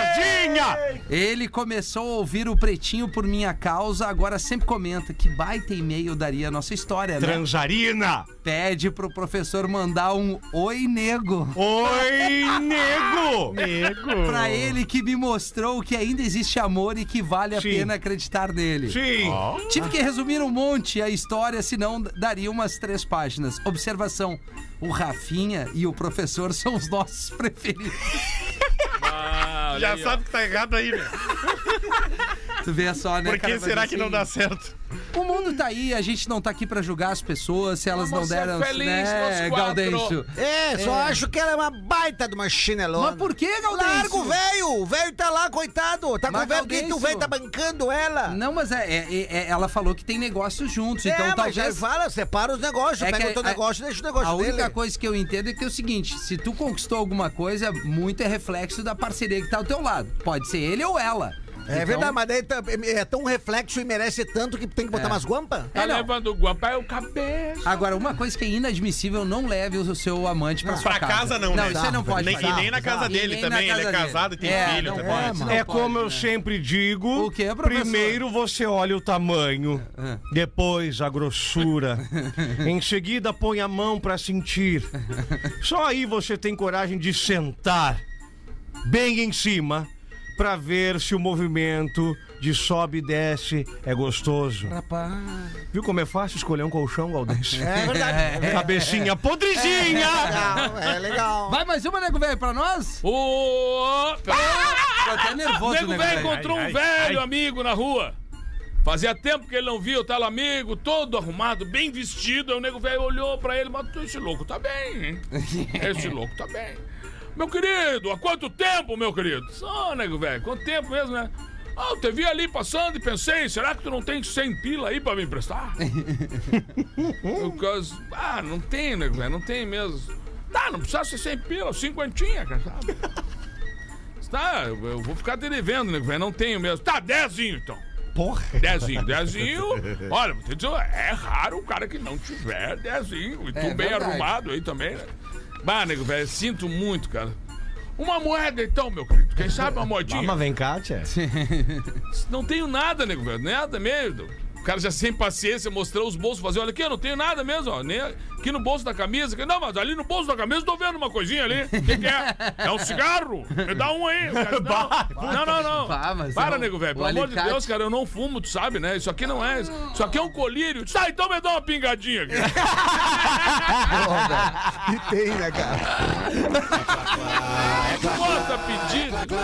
vergonhazinha!
Ele começou a ouvir o Pretinho por minha causa, agora sempre comenta que baita e-mail daria a nossa história, né?
Transarina!
Pede pro professor mandar um oi nego
Oi, nego!
Nego.
pra ele que me mostrou que ainda existe amor e que vale a
Sim.
pena acreditar nele.
Sim!
Tive que resumir um monte a história, senão daria umas três páginas. Observação: o Rafinha e o professor [laughs] são os nossos preferidos.
Ah, olha
Já
aí, ó.
sabe que tá errado aí, né?
Tu vê só, né?
Por que
cara? Mas
será que não
assim,
dá certo?
O mundo tá aí, a gente não tá aqui pra julgar as pessoas se elas
Vamos
não
ser
deram,
felizes
né,
nós quatro.
Gaudêncio?
É, só acho que ela é uma baita de uma chinelona.
Mas por que, Gaudêncio?
Larga o velho! O velho tá lá, coitado! Tá com
Mas,
vergonha porque tu
Gaudêncio-
velho tá bancando ela!
Não, mas é, é- é- é- ela falou que tem negócios juntos,
é,
então
mas aí
talvez...
fala, separa os negócios,
É
pega
que
o teu
a-
negócio e deixa o negócio
A
dele.
única coisa que eu entendo é que é o seguinte, se tu conquistou alguma coisa, muito é reflexo da parceria que tá ao teu lado. Pode ser ele ou ela. Então,
É verdade, mas daí tá- é tão reflexo e merece tanto que tem que botar
É.
umas guampas?
Tá
É, não.
levando o guapá, é o cabeça.
Agora, uma coisa que é inadmissível, não leve o seu amante pra sua
Pra
casa.
casa não,
Não,
né?
isso aí não pode
Nem, E
fazer.
nem na casa
Exato.
dele
E nem na
também. Ele é
casa dele.
casado e tem
É,
filho
não
também.
é, mano.
É
Não pode,
como eu
né?
sempre digo.
O é quê, professor?
Primeiro você olha o tamanho,
Ah.
depois a
[laughs]
grossura. em seguida põe a mão pra sentir. Só aí você tem coragem de sentar bem em cima pra ver se o movimento de sobe e desce é gostoso.
Rapaz.
Viu como é fácil escolher um colchão, Galdense?
É verdade.
Cabecinha podrezinha!
Legal, é legal.
Vai mais uma, nego velho, pra nós?
Ô, pera-
Tô até
O
Tá
nervoso, né,
nego velho encontrou
Ai,
um
ai,
velho
ai.
amigo na rua. Fazia tempo que ele não via o tal amigo, todo arrumado, bem vestido. Aí o nego velho olhou pra ele, mas esse louco tá bem,
[laughs]
hein? Esse louco tá bem. Meu querido, há quanto tempo, meu querido? Só, nego velho, quanto tempo mesmo, né? Ah, eu te vi ali passando e pensei, será que tu não tem 100 pila aí pra me emprestar? Eu caso, ah, não tem, nego velho, não tem mesmo. Tá, não precisa ser 100 pila, cinquentinha, cara, sabe? Tá, eu, eu vou ficar te devendo, nego velho, não tenho mesmo. Tá, dezinho então.
Porra!
Dezinho, dezinho. Olha, vou te dizer, é raro o cara que não tiver dezinho. E tu
É
bem
verdade.
arrumado aí também, né? Bah, nego, velho, sinto muito, cara. Uma moeda, então, meu querido. Quem sabe uma moedinha?
Mas vem cá, tia.
Não tenho nada, nego, velho. Nada mesmo. O cara já sem paciência mostrou os bolsos, fazer, olha aqui, eu não tenho nada mesmo, ó. Nem aqui no bolso da camisa. aqui- Não, mas ali no bolso da camisa eu tô vendo uma coisinha ali. O que, que é? É um cigarro? Me dá um
[laughs]
aí. O cara, não, não, não, não.
Bah, mas
Para,
não.
nego, velho. Pelo
O
amor de
alicate.
Deus, cara, eu não fumo, tu sabe, né? Isso aqui não é. Isso aqui é um colírio. Tá, então me dá uma pingadinha aqui.
E tem, né, cara?
Bota pedido.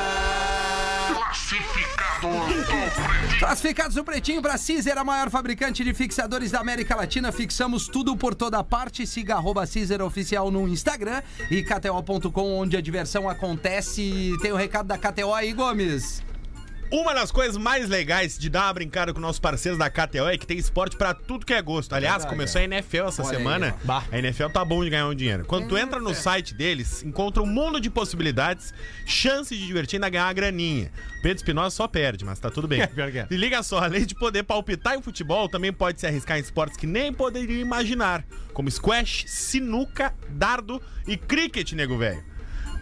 Classificados do Pretinho para Cizer, a maior fabricante de fixadores da América Latina. Fixamos tudo por toda parte. Siga arroba Cizer Oficial no Instagram e KTO.com, onde a diversão acontece. Tem o recado da KTO aí, Gomes.
Uma das coisas mais legais de dar uma brincada com nossos parceiros da KTO é que tem esporte pra tudo que é gosto. Aliás, começou a NFL essa
Olha aí,
semana.
ó.
Bah.
a NFL tá bom de ganhar um dinheiro. Quando tu entra no site deles, encontra um mundo de possibilidades, chances de divertir e ainda ganhar uma graninha. Pedro Espinosa só perde, mas tá tudo bem.
pior que é.
E liga só, além de poder palpitar em futebol, também pode se arriscar em esportes que nem poderia imaginar, como squash, sinuca, dardo e cricket, nego velho.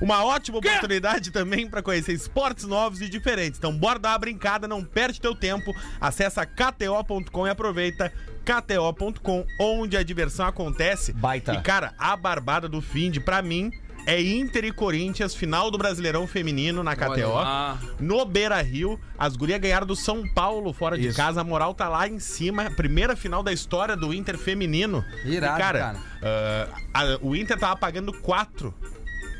Uma ótima oportunidade também para conhecer esportes novos e diferentes. Então bora dar uma brincada, não perde teu tempo. Acessa kto.com e aproveita kto.com, onde a diversão acontece.
Baita.
E cara, a barbada do fim de pra mim é Inter e Corinthians, final do Brasileirão Feminino na KTO.
lá.
No Beira Rio, as gurias ganharam do São Paulo fora de casa. A moral tá lá em cima. Primeira final da história do Inter feminino.
Irado,
e, cara.
cara.
ah, a- o Inter tava pagando 4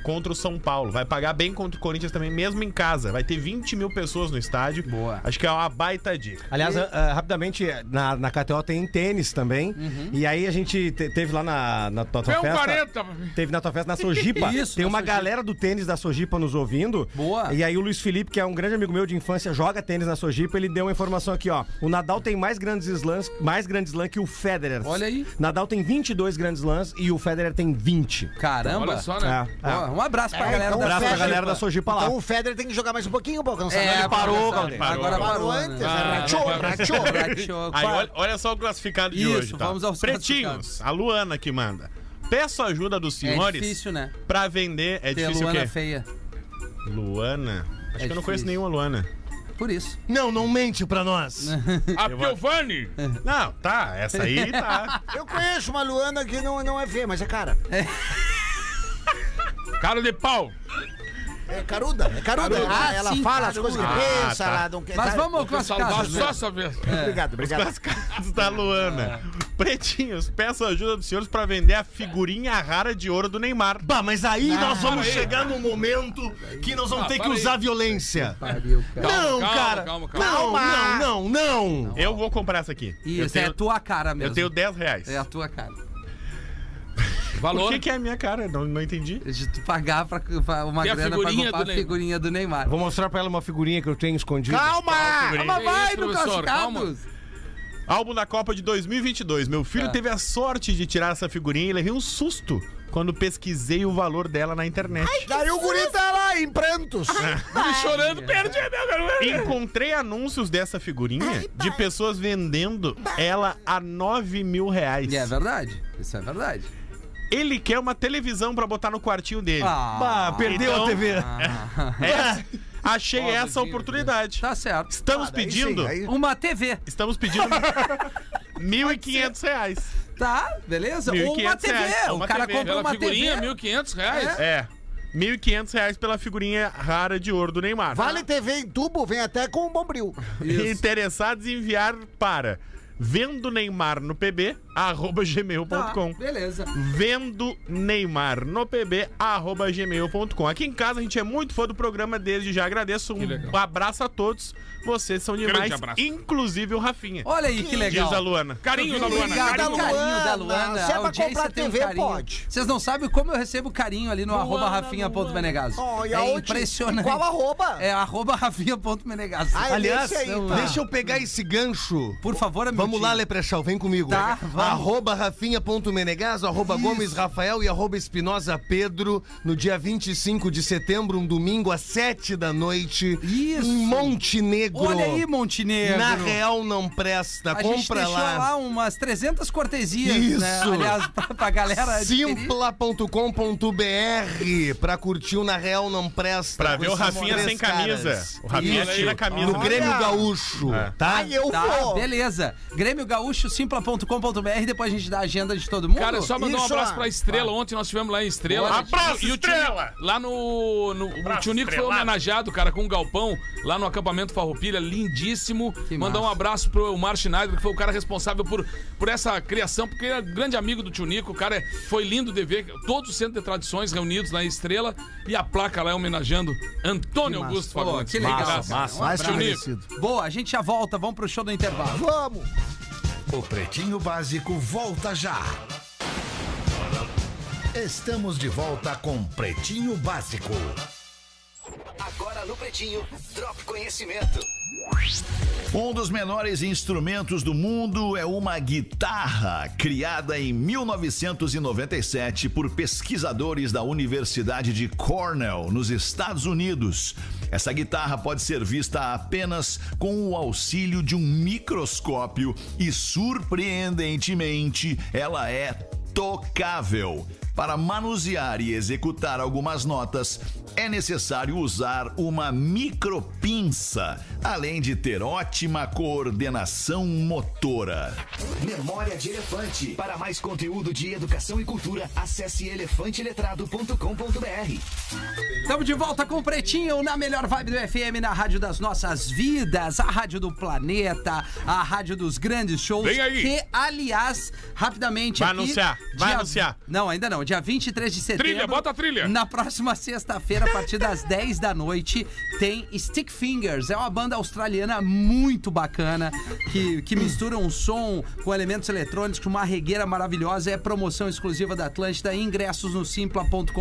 contra o São Paulo. Vai pagar bem contra o Corinthians também, mesmo em casa. Vai ter 20 mil pessoas no estádio.
Boa.
Acho que é uma baita dica.
Aliás, ah, ah, rapidamente, na, na KTO tem tênis também.
Uhum.
E aí a gente te- teve lá na, na tua, tua
É um
festa.
40.
Teve na tua festa na Sojipa.
[laughs] Isso,
tem
na
uma
Sojipa.
galera do tênis da Sojipa nos ouvindo.
Boa.
E aí o Luiz Felipe, que é um grande amigo meu de infância, joga tênis na Sojipa, ele deu uma informação aqui, ó. O Nadal tem mais grandes slams, mais grandes slams que o Federer.
Olha aí.
Nadal tem 22 grandes slams e o Federer tem 20.
Caramba.
Olha só, né?
É, é.
Ó, um abraço pra
É,
galera
então
da
Abraço pra
Sojipa.
galera da Sojipa lá.
Então o Federer tem que jogar mais um pouquinho, pô, cansado.
É,
Ele
parou,
Valdez.
Valdez.
Agora
parou,
parou,
antes,
né? é
Ah,
rachou,
vai, vai.
rachou.
Rachou.
Aí, olha, olha só o classificado de
Isso,
hoje. tá?
vamos aos
Pretinhos,
classificados.
a Luana que manda. Peço ajuda dos
É
senhores
difícil, né?
pra vender.
Ter
É difícil o
Luana
quê?
feia.
Luana? Acho que eu não
difícil.
conheço nenhuma Luana.
Por isso.
Não, não mente pra nós.
A Piovani.
Não, tá, essa
[laughs]
aí tá.
Eu conheço uma Luana que não, não é feia, mas é cara.
Cara de pau.
É caruda, é caruda.
Caruda.
Ah,
Ah,
ela
sim,
fala as
caruda.
coisas que
Ah,
pensa
tá.
lá. Não quer,
Mas
tá?
vamos ao
Salvar
classificado.
só essa vez.
é.
Obrigado, obrigado.
Classificados da
É.
Luana. Pretinhos, peço ajuda dos senhores pra vender a figurinha rara de ouro do Neymar.
Bah, mas aí nós vamos
aí.
chegar num momento que nós vamos
Ah,
ter que
para aí.
usar violência.
Pariu, cara.
não,
calma,
cara.
calma, calma.
Não,
Calma.
não, não, não.
Eu vou comprar essa aqui. eu
Isso,
tenho,
é a tua cara mesmo.
eu tenho 10 reais.
É a tua cara.
Valor.
Por que, que é a minha cara? Não, não entendi.
De tu pagar pra, pra uma
Tem a
grana pra
figurinha
comprar
do
a
Neymar.
figurinha do Neymar.
Vou mostrar pra ela uma figurinha que eu tenho escondida.
Calma!
Calma,
Ah, Mas vai
isso,
no
professor, calma.
classificados.
Álbum da Copa de 2022. Meu
É.
filho teve a sorte de tirar essa figurinha e levei um susto quando pesquisei o valor dela na internet.
Daí o guri tá lá em prantos.
Ele chorando, perdi meu garoto.
Encontrei anúncios dessa figurinha de pessoas vendendo ela a 9 mil reais.
E é verdade. Isso é verdade.
Ele quer uma televisão pra botar no quartinho dele.
Ah,
perdeu
Então-
a TV.
É.
Essa- achei
Ó,
essa a
tadinho,
oportunidade.
tá certo.
Estamos
Daí sim,
pedindo.
daí-
Uma TV,
Estamos pedindo. 1.500 reais.
tá? Beleza?
R$
Ou uma
1.500
TV.
reais,
o
uma
cara
TV.
compra
Pela
uma
figurinha,
TV.
1.500 reais.
É. 1.500 reais pela figurinha rara de ouro do Neymar.
Vale TV em tubo, vem até com um bombril.
Isso.
Interessados em enviar para vendo Neymar no pb, arroba
Tá,
gmail.com.
beleza.
Vendo Neymar no pb, arroba gmail.com. Aqui em casa a gente é muito fã do programa, desde já agradeço.
Que
Um
legal.
abraço a todos. Vocês são
Grande
demais,
abraço.
inclusive o Rafinha.
Olha aí que legal.
Diz a Luana.
Carinho da Luana.
Obrigado,
Carinho.
carinho, da Luana.
Se é pra
A audiência
comprar
tem um
TV,
carinho.
pode.
Vocês não sabem como eu recebo carinho ali no arroba rafinha.menegaso.
Ó, e a
é
onde-
impressionante.
Qual arroba?
É arroba rafinha.menegaso.
Ah, é
Aliás,
esse aí, tá.
deixa eu pegar esse gancho.
Por favor, é amigo.
Vamos lá, Leprechal, vem comigo.
Tá, vamos.
Arroba rafinha.menegaso, arroba Gomes Rafael e arroba Espinosa Pedro, no dia 25 de setembro, um domingo, às 7 da noite,
Isso.
em Montenegro.
Olha aí, Montenegro.
Na real não presta,
a gente
compra
deixou lá. umas 300 cortesias, né?
Isso.
Aliás, pra, pra galera
[laughs]
adquirir.
Simpla.com.br pra curtir o Na Real Não Presta.
Pra
com
ver o
esses
Rafinha
três
sem camisa.
caras.
O Rafinha
Isso.
tira a camisa. É.
No Grêmio Gaúcho, tá?
Ai, eu
Tá,
vou.
beleza. Grêmio Gaúcho, simpla.com.br, depois a gente dá a agenda de todo mundo.
Cara, só mandar um
Isso,
abraço
ó.
pra Estrela. Ontem nós estivemos lá em Estrela.
Boa, abraço,
E o Tio
Estrela!
Nico- Lá no. no o
Abraço,
Tio Nico foi
Estrelado.
homenageado, cara, com um galpão lá no acampamento Farroupilha, lindíssimo.
Que
mandar um
massa.
abraço pro Omar Schneider, que foi o cara responsável por, por essa criação, porque é grande amigo do Tio Nico. O cara é- foi lindo de ver todos os centros de tradições reunidos na Estrela e a placa lá homenageando Antônio
massa.
Augusto
Pô,
Fagundes.
que legal,
Abraço.
cara. Um
Abraço,
abraço.
Tio Nico.
Boa, a gente já volta, vamos pro show do intervalo.
Vamos.
O Pretinho Básico volta já. Estamos de volta com Pretinho Básico.
Agora no Pretinho, Drop Conhecimento.
Um dos menores instrumentos do mundo é uma guitarra, criada em 1997 por pesquisadores da Universidade de Cornell, nos Estados Unidos. Essa guitarra pode ser vista apenas com o auxílio de um microscópio e, surpreendentemente, ela é tocável. Para manusear e executar algumas notas, é necessário usar uma micropinça, além de ter ótima coordenação motora.
Memória de Elefante. Para mais conteúdo de educação e cultura, acesse elefanteletrado.com.br.
Estamos de volta com o Pretinho na melhor vibe do FM, na Rádio das Nossas Vidas, a Rádio do Planeta, a Rádio dos Grandes Shows.
Vem aí.
Que, aliás, rapidamente.
Vai
aqui,
anunciar, vai anunciar.
Não, ainda não. Dia 23 de setembro.
Trilha, bota a trilha.
Na próxima sexta-feira, a partir das 10 da noite, tem Stick Fingers. É uma banda australiana muito bacana que, que mistura um som com elementos eletrônicos, uma regueira maravilhosa. É promoção exclusiva da Atlântida. Ingressos no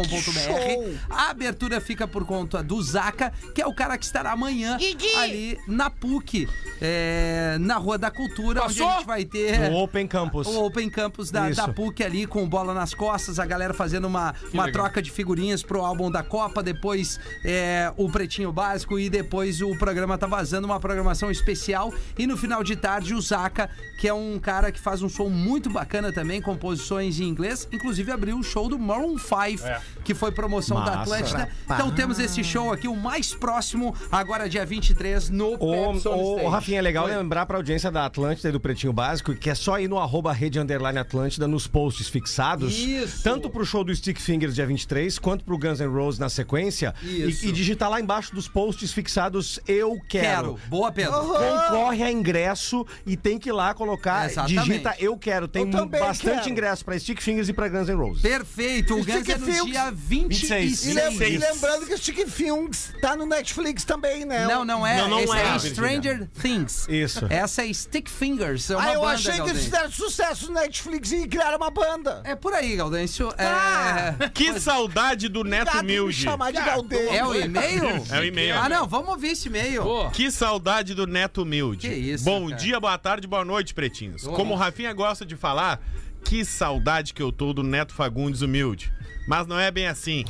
simpla.com.br. A abertura fica por conta do Zaca, que é o cara que estará amanhã ali na PUC, é, na Rua da Cultura, onde a gente vai ter.
No Open Campus.
O Open Campus da,
Isso.
da PUC ali, com bola nas costas, a galera fazendo uma, uma
legal.
troca de figurinhas pro álbum da Copa, depois é, o Pretinho Básico e depois o programa tá vazando, uma programação especial. E no final de tarde, o Zaka, que é um cara que faz um som muito bacana também, composições em inglês, inclusive abriu o show do Maroon 5, que foi promoção da Atlântida. Então temos esse show aqui, o mais próximo, agora dia 23, no Pepsi
Ô,
on
ô, ô,
Stage.
Rafinha, é legal
Oi.
lembrar pra audiência da Atlântida e do Pretinho Básico que é só ir no arroba rede underline Atlântida nos posts fixados.
Isso.
Tanto pro show do Stick Fingers dia 23, quanto pro Guns N' Roses na sequência. E,
Isso.
e digitar lá embaixo dos posts fixados Eu Quero.
Quero. Boa, Pedro.
Concorre a ingresso e tem que ir lá colocar,
Exatamente.
digita Eu Quero. Tem
Eu também
bastante
quero.
ingresso pra Stick Fingers e pra Guns N' Roses.
Perfeito, o Guns é no
Fields.
dia 26.
E, lem- e lembrando que o Stick Films tá no Netflix também, né?
Não, não é.
Não, não
Esse
é,
é,
Virgínia.
Stranger Things.
Isso.
Essa é Stick Fingers. É uma
Ah, eu
banda,
achei que eles
Gaudencio.
fizeram sucesso no Netflix e criaram uma banda.
É por aí, Gaudêncio.
Ah,
É...
Que saudade do Neto
Obrigado por me
Milde.
chamar de Galdês.
é o e-mail?
[laughs] É o e-mail.
Ah, não, vamos ouvir esse e-mail.
Pô,
Que saudade do Neto Humilde.
Que isso,
Bom
cara.
dia, boa tarde, boa noite, pretinhos.
Boa.
Como o Rafinha gosta de falar, que saudade que eu tô do Neto Fagundes Humilde. Mas não é bem assim.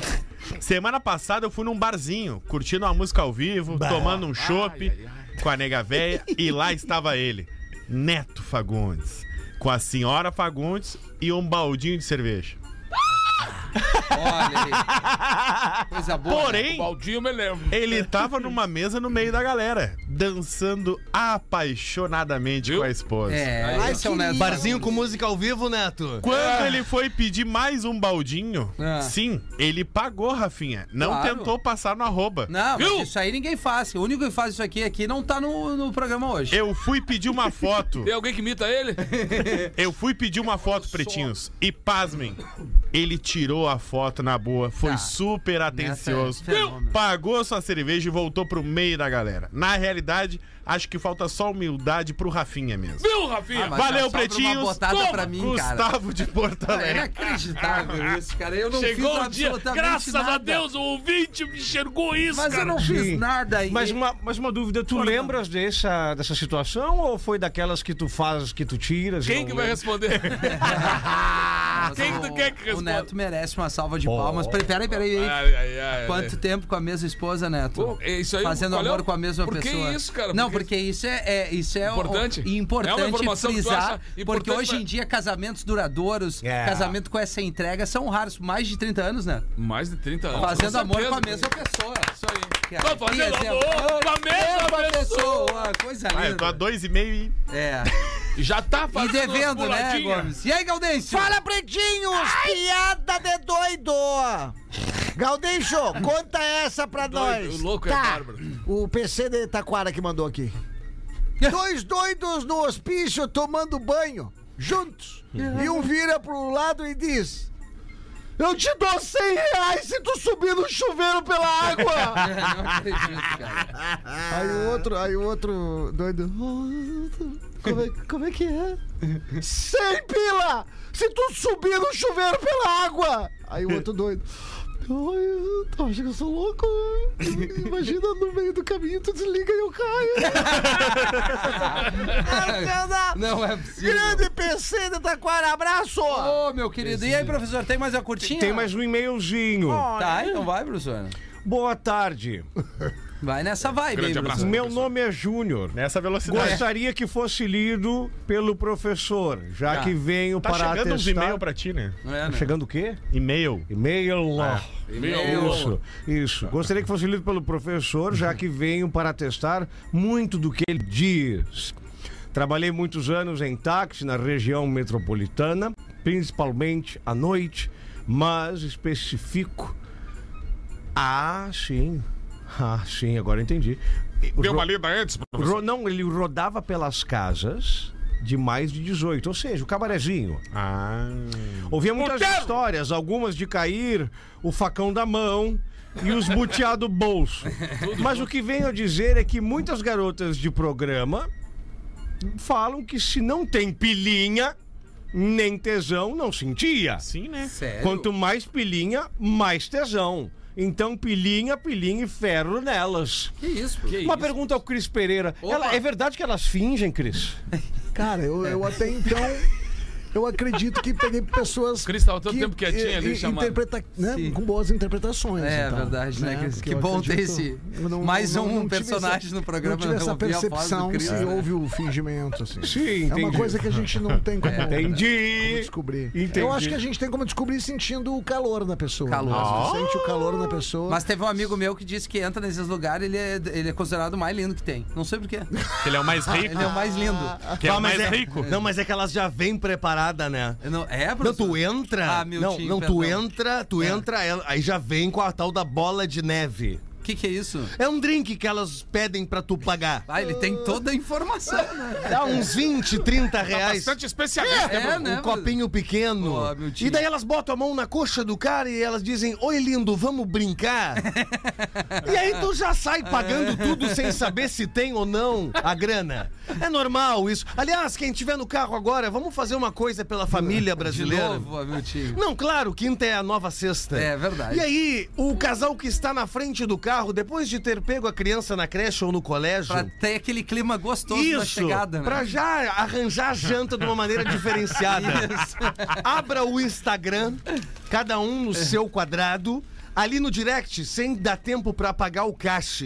Semana passada eu fui num barzinho, curtindo uma música ao vivo, tomando um chopp com a nega véia e lá estava ele, Neto Fagundes, com a senhora Fagundes e um baldinho de cerveja.
Olha aí. [laughs] Coisa boa. né?
Porém,
Baldinho me lembro.
Ele
É
tava numa mesa no meio da galera, dançando apaixonadamente
Viu?
com a esposa.
É,
Ai,
esse é o Neto.
Barzinho com música ao vivo, Neto.
Quando ele foi pedir mais um baldinho,
Ah.
sim, ele pagou, Rafinha. Não
Claro.
tentou passar no arroba.
Não, mas
Viu?
isso aí ninguém faz. O único que faz isso aqui aqui não tá no, no programa hoje.
Eu fui pedir uma foto.
Tem alguém que imita
[laughs]
ele?
Eu fui pedir uma foto,
um.
pretinhos. E pasmem, ele tirou a foto na boa. Foi
Ah,
super atencioso.
é fenômeno.
Pagou sua cerveja e voltou pro meio da galera. Na qualidade, acho que falta só humildade pro Rafinha mesmo.
Viu, Rafinha?
mas
Valeu,
já sobra uma
pretinhos.
botada
Toma,
pra mim, cara.
Gustavo de Porto
É
Alegre.
inacreditável isso, cara. Eu não
Chegou
fiz
o dia.
absolutamente
Graças
nada.
a Deus, o ouvinte me enxergou isso,
Mas eu
cara.
não fiz
Sim.
nada. e-
Mas uma, mas uma dúvida, tu lembras dessa, dessa situação ou foi daquelas que tu fazes, que tu tiras?
Quem que vai
[laughs]
responder?
Nossa,
quem que tu
o-
quer que
O
responda?
Neto merece uma salva de palmas. Peraí, peraí, peraí.
Ai, ai, ai,
Quanto tempo com a mesma esposa, Neto?
Pô, é isso aí,
Fazendo
qual é o-
amor com a mesma
Por que
pessoa.
isso, cara?
Não,
Por que-
porque isso é, é- isso é o-
Importante?
o- e importante
É uma informação que tu acha
frisar,
importante
porque hoje
pra-
em dia casamentos duradouros,
É.
casamento com essa entrega são raros, mais de 30 anos, né?
Mais de 30 anos.
Fazendo
Com
amor com a
certeza.
mesma pessoa.
Isso aí.
Cara,
Tô fazendo
que
amor com a
exemplo.
mesma pessoa.
Coisa
Ah,
linda.
eu tô a dois e meio e...
É.
Já tá
E
fazendo umas
devendo, né,
puladinhas.
Gomes? E aí, Gaudêncio?
Fala, pretinhos! Piada de doido! Gaudêncio, conta essa pra
Doido,
nós. Tá.
o louco é bárbaro.
O PC de Taquara que mandou aqui.
É.
Dois doidos no hospício tomando banho, juntos.
Uhum.
E um vira pro lado e diz:
Eu te dou 100 reais se tu subir no chuveiro
[laughs]
pela água.
Não acredito, cara.
aí o outro, aí o outro doido.
"Ah,
"Oh, Como é, como é que é? [laughs] 100 pila se tu subir no chuveiro pela água. Aí o
[laughs]
outro doido. "Ai, eu tô- acho que eu sou louco. né? Imagina no meio do caminho, tu desliga e eu
É,
caio.
"Marcela,
Não é possível.
Grande PC de Taquara, abraço!
Ô, meu querido. E aí, professor, tem mais uma curtinha?
Tem mais um e-mailzinho.
Tá, então vai, professor.
Boa tarde.
Vai nessa vibe
Grande
aí,
abraço.
professor.
Meu nome é Júnior.
Nessa velocidade.
Gostaria que fosse lido pelo professor, já
Tá.
que venho
Tá
para
chegando uns
atestar... Tá
e-mail pra ti, né?
Não é, né?
Chegando o quê?
E-mail.
E-mail.
Meu,
Isso, isso. Gostaria que fosse lido pelo professor, já que venho para atestar muito do que ele diz. Trabalhei muitos anos em táxi na região metropolitana, principalmente à noite, mas especifico. Ah, sim. Ah, sim, agora entendi. O
Deu
Ro-
uma lida antes, professor.
Ro- Não, ele rodava pelas casas de mais de 18, ou seja, o cabarezinho.
Ah.
Ouvia muitas histórias, algumas de cair, o facão da mão e os buteado
[laughs]
bolso. Mas o que venho a dizer é que muitas garotas de programa falam que se não tem pilinha, nem tesão não sentia.
Sim, né?
Sério?
Quanto mais pilinha, mais tesão. Então pilinha, pilinha e ferro nelas.
Que isso, pô?
Uma pergunta ao Cris Pereira.
Opa.
Ela- é verdade que elas fingem,
É
Cris?
Cara, eu, eu até então. Eu acredito que peguei pessoas.
Cris tava tanto
que,
tempo quietinha ali,
eh,
chamando.
interpreta- né,
Sim.
Com boas interpretações.
É,
e tal,
verdade, né, Cris? Que
eu
bom
acredito-
ter esse-
eu
mais um
tive
personagem no programa, né?
Não tive
eu
essa
ouvi a voz do
percepção
Cris,
se
né?
houve o fingimento, assim.
Sim,
É uma
entendi.
coisa que a gente não tem
É.
como, como
Entendi.
descobrir.
Entendi.
Eu acho que a gente tem como descobrir sentindo o calor da pessoa.
Calor.
Né? Você sente o calor da pessoa.
Mas teve um amigo meu que disse que entra nesses lugares ele é, ele é considerado o mais lindo que tem. Não sei porquê.
Ele é o
[laughs]
mais rico.
Ele é o mais lindo.
Ah.
Que é o mais rico.
Não, mas é que elas já vêm preparada, né?
Eu Não, é,
Não,
professor?
tu entra.
Ah, meu
não,
tio,
não
perdão.
tu
É.
entra, tu entra, ela- aí já vem com a tal da bola de neve.
O que, que é isso?
É um drink que elas pedem pra tu pagar.
Ah, ele tem toda a informação,
[laughs]
né?
Dá uns 20, 30 reais.
Bastante especialista. né,
É,
um
né?
copinho pequeno.
Ó, meu tio.
e daí elas botam a mão na coxa do cara e elas dizem: Oi, lindo, vamos brincar. e aí tu já sai pagando tudo sem saber se tem ou não a grana. É normal isso. Aliás, quem tiver no carro agora, vamos fazer uma coisa pela família
De
brasileira.
novo, ó, meu tio.
Não, claro, quinta é a nova sexta.
É, verdade.
E aí, o casal que está na frente do carro, depois de ter pego a criança na creche ou no colégio.
Pra ter aquele clima gostoso da
Isso,
chegada, né?
pra já arranjar a janta de uma maneira
[laughs]
diferenciada. Abra o Instagram, cada um no seu quadrado, ali no direct, sem dar tempo pra pagar o cash.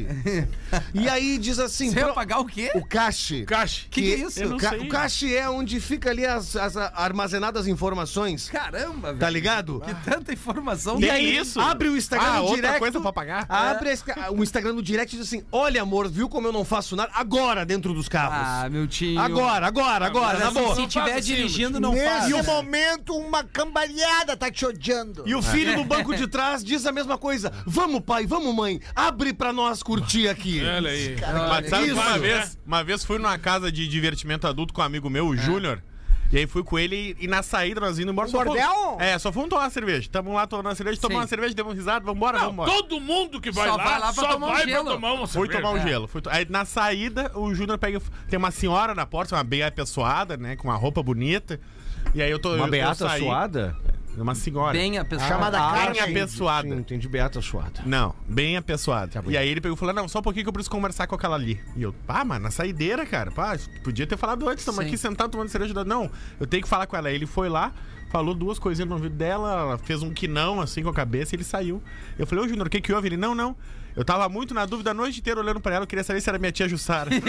E aí diz assim...
Você
pro-
ia pagar o quê?
O cash.
Cache.
Que que é isso? Eu não
Ca-
sei.
O cache é onde fica ali as, as armazenadas informações,
Caramba, velho.
tá ligado?
Que tanta informação.
E
Tem
aí,
isso?
abre o Instagram
Ah,
no
outra
direct.
coisa pra pagar?
Abre a- o Instagram no direct e diz assim: Olha, amor, viu como eu não faço nada? Agora, dentro dos carros.
Ah, meu tio.
agora, agora, agora,
Mas
na
assim,
boa.
se tiver
faz assim,
dirigindo, não faz.
Nesse momento, uma cambaleada tá te odiando.
É.
E o filho do banco de trás diz a mesma coisa: Vamos, pai, vamos, mãe, abre pra nós curtir aqui.
Olha aí.
Mas sabe que
Isso.
uma vez, uma vez fui numa casa de divertimento adulto com um amigo meu, o Júnior. E aí fui com ele e, e na saída nós indo embora.
Um
só fomos-
bordel?
É, só fomos tomar uma cerveja. Tamo lá tomando uma cerveja, tomamos
Sim.
uma cerveja, demos risada, vambora, vambora.
Todo mundo que vai
Só
lá,
vai lá pra
só
tomar um
vai
gelo.
pra tomar uma
Fui
cerveja.
tomar um gelo. Fui to- Aí na saída, o Júnior pega. Tem uma senhora na porta, uma beia pessoada, né? Com uma roupa bonita. E aí eu tô.
Uma
eu,
beata
eu saí- É,
suada?
Uma senhora.
Bem a pessoa.
Chamada
Ah,
bem
Carmen.
apessoada.
Sim, entendi, beata suada.
Não, bem apessoada.
Tá bom.
E aí ele pegou e falou: não, só um pouquinho que eu preciso conversar com aquela ali. E eu, pá, mano, na saideira, cara. Pá, podia ter falado antes, estamos
Sim.
aqui sentado tomando cerveja. Não, eu tenho que falar com ela. Aí ele foi lá, falou duas coisinhas no ouvido dela, ela fez um que não, assim, com a cabeça, e ele saiu. Eu falei, ô Júnior, o que, que houve? Ele, não, não. Eu tava muito na dúvida a noite inteira olhando pra ela, eu queria saber se era minha tia Jussara.
[laughs]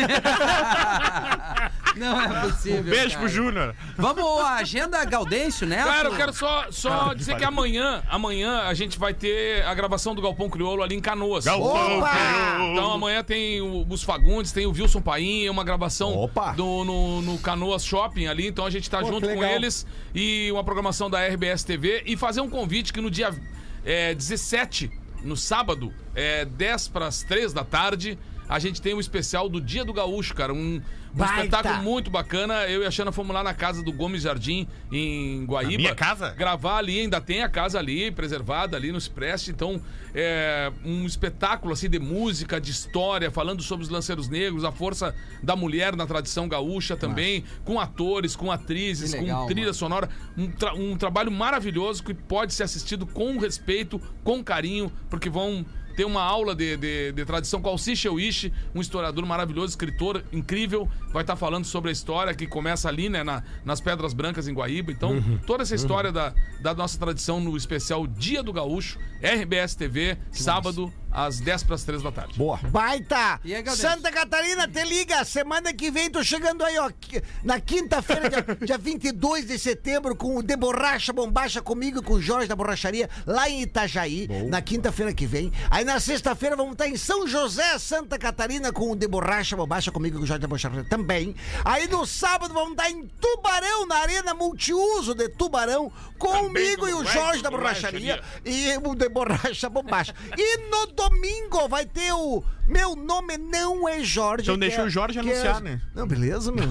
Não é possível.
Beijo
cara.
pro Júnior.
Vamos à agenda Gaudêncio, né?
Cara, eu quero só, só dizer que amanhã, amanhã a gente vai ter a gravação do Galpão Crioulo ali em Canoas. Então amanhã tem o, os Fagundes, tem o Wilson Paim, é uma gravação
Opa!
do- no, no Canoas Shopping ali, então a gente tá junto com eles e uma programação da RBS TV e fazer um convite que no dia é, 17, no sábado, é 10 para as 3 da tarde, a gente tem um especial do Dia do Gaúcho, cara, um, um
Baita!
espetáculo muito bacana. Eu e a Xana fomos lá na casa do Gomes Jardim em Guaíba.
minha casa?
Gravar ali, ainda tem a casa ali, preservada ali no Express. Então, é um espetáculo assim de música, de história, falando sobre os lanceiros negros, a força da mulher na tradição gaúcha também, com atores, com atrizes,
Que legal,
com trilha
mano.
sonora. Um, tra- um trabalho maravilhoso que pode ser assistido com respeito, com carinho, porque vão. ter uma aula de, de, de tradição com Alciche Euishi, um historiador maravilhoso, escritor incrível, vai estar falando sobre a história que começa ali, né, na- nas Pedras Brancas em Guaíba. Então, toda essa história da, da nossa tradição no especial Dia do Gaúcho, RBS TV, sábado, às 10 para as 3 da tarde.
Boa.
Baita!
E aí, Galdêncio?
Santa Catarina, te liga! Semana que vem tô chegando aí, ó. qui- Na quinta-feira,
[laughs]
dia, dia 22 de setembro, com o De Borracha Bombacha comigo e com o Jorge da Borracharia, lá em Itajaí. Na quinta-feira que vem. Aí na sexta-feira vamos estar em São José, Santa Catarina, com o De Borracha Bombacha comigo e com o Jorge da Borracharia também. Aí no sábado vamos estar em Tubarão, na Arena Multiuso de Tubarão, comigo e o Jorge
é,
da Borracharia e o de borracha bombacha. E no domingo vai ter o Meu Nome Não É Jorge.
Então
que
deixa
é-
o Jorge
que é-
anunciar, né?
Não, beleza, meu.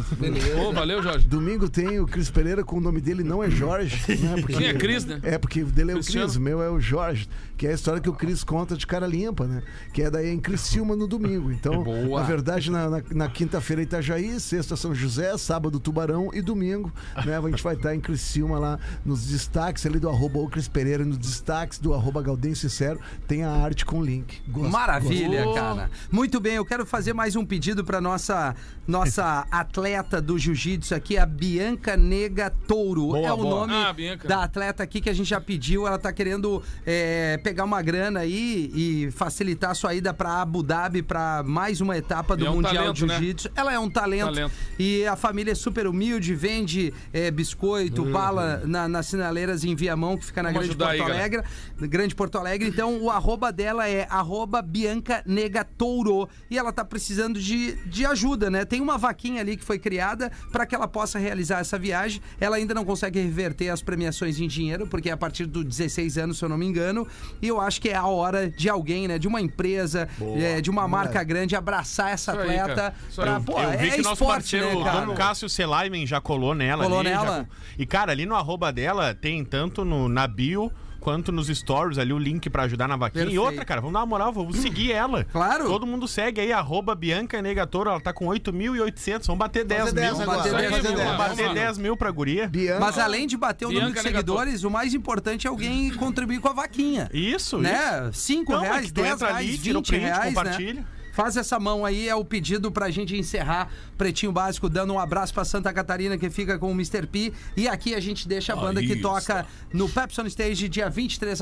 Ô, valeu, Jorge.
Domingo tem o Cris Pereira com o nome dele não é Jorge.
[laughs]
Né? Porque,
Quem é Cris, né?
É, porque o dele é o
Cristiano.
Cris, o meu é o Jorge. Que é a história que o Cris conta de cara limpa, né? Que é daí em Criciúma no domingo.
[laughs]
Então,
Boa.
na verdade, na, na- na quinta-feira Itajaí, sexta São José, sábado Tubarão e domingo, né? A gente vai estar em Criciúma lá nos destaques ali do arroba o Cris Pereira, nos destaques do arroba Gaudêncio Sincero, tem a arte com link. Gosto,
Maravilha,
Gosto.
cara. Muito bem, eu quero fazer mais um pedido para nossa nossa atleta do jiu-jitsu aqui, a Bianca Nega Touro. é o nome
Ah, Bianca.
da atleta aqui que a gente já pediu. Ela tá querendo é, pegar uma grana aí e facilitar a sua ida para Abu Dhabi para mais uma etapa do
E é um
Mundial
talento,
de Jiu-Jitsu. Ela é um talento,
Talento.
e a família é super humilde, vende é, biscoito, bala na- nas sinaleiras em Viamão, que fica na
Vamos
Grande
ajudar
Porto
aí, galera.
Alegre. Alegre, Grande Porto Alegre. Então, o arroba dela é arroba Bianca Nega Touro. E ela tá precisando de, de ajuda, né? Tem uma vaquinha ali que foi criada para que ela possa realizar essa viagem. Ela ainda não consegue reverter as premiações em dinheiro, porque é a partir dos 16 anos, se eu não me engano. E eu acho que é a hora de alguém, né? De uma empresa, é, de uma marca grande, abraçar essa
Isso aí, cara.
atleta.
Isso aí.
Pra,
Eu-
pô,
eu vi
é
que nosso
esporte, né,
parceiro
cara?
Dom Cássio Selaimen já colou nela.
Colou
ali, já
nela.
co- E, cara, ali no arroba dela tem tanto no, na bio quanto nos stories ali o link pra ajudar na vaquinha. E
Perfeito.
outra, cara, vamos dar uma
[clears throat]
moral, vamos seguir ela.
Claro.
Todo mundo segue aí, arroba Bianca Negatoro, ela tá com 8.800, vamos bater 10 mil.
10
Vamos
agora.
bater,
Isso aí,
10,
vamos
mil,
lá,
vamos
vamos lá.
bater 10 mil pra guria.
Bianca.
Mas além de bater o número de
Bianca Nega Touro.
seguidores, o mais importante é alguém contribuir com a vaquinha.
Isso, isso.
né? 5
Não, é
reais,
que tu
10
entra ali,
reais,
tira o
20
print,
reais, né?
compartilha.
Faz essa mão aí, é o pedido pra gente encerrar Pretinho Básico, dando um abraço pra Santa Catarina que fica com o Mr. P. E aqui a gente deixa a banda que
Aí
toca no Pepson Stage, dia 23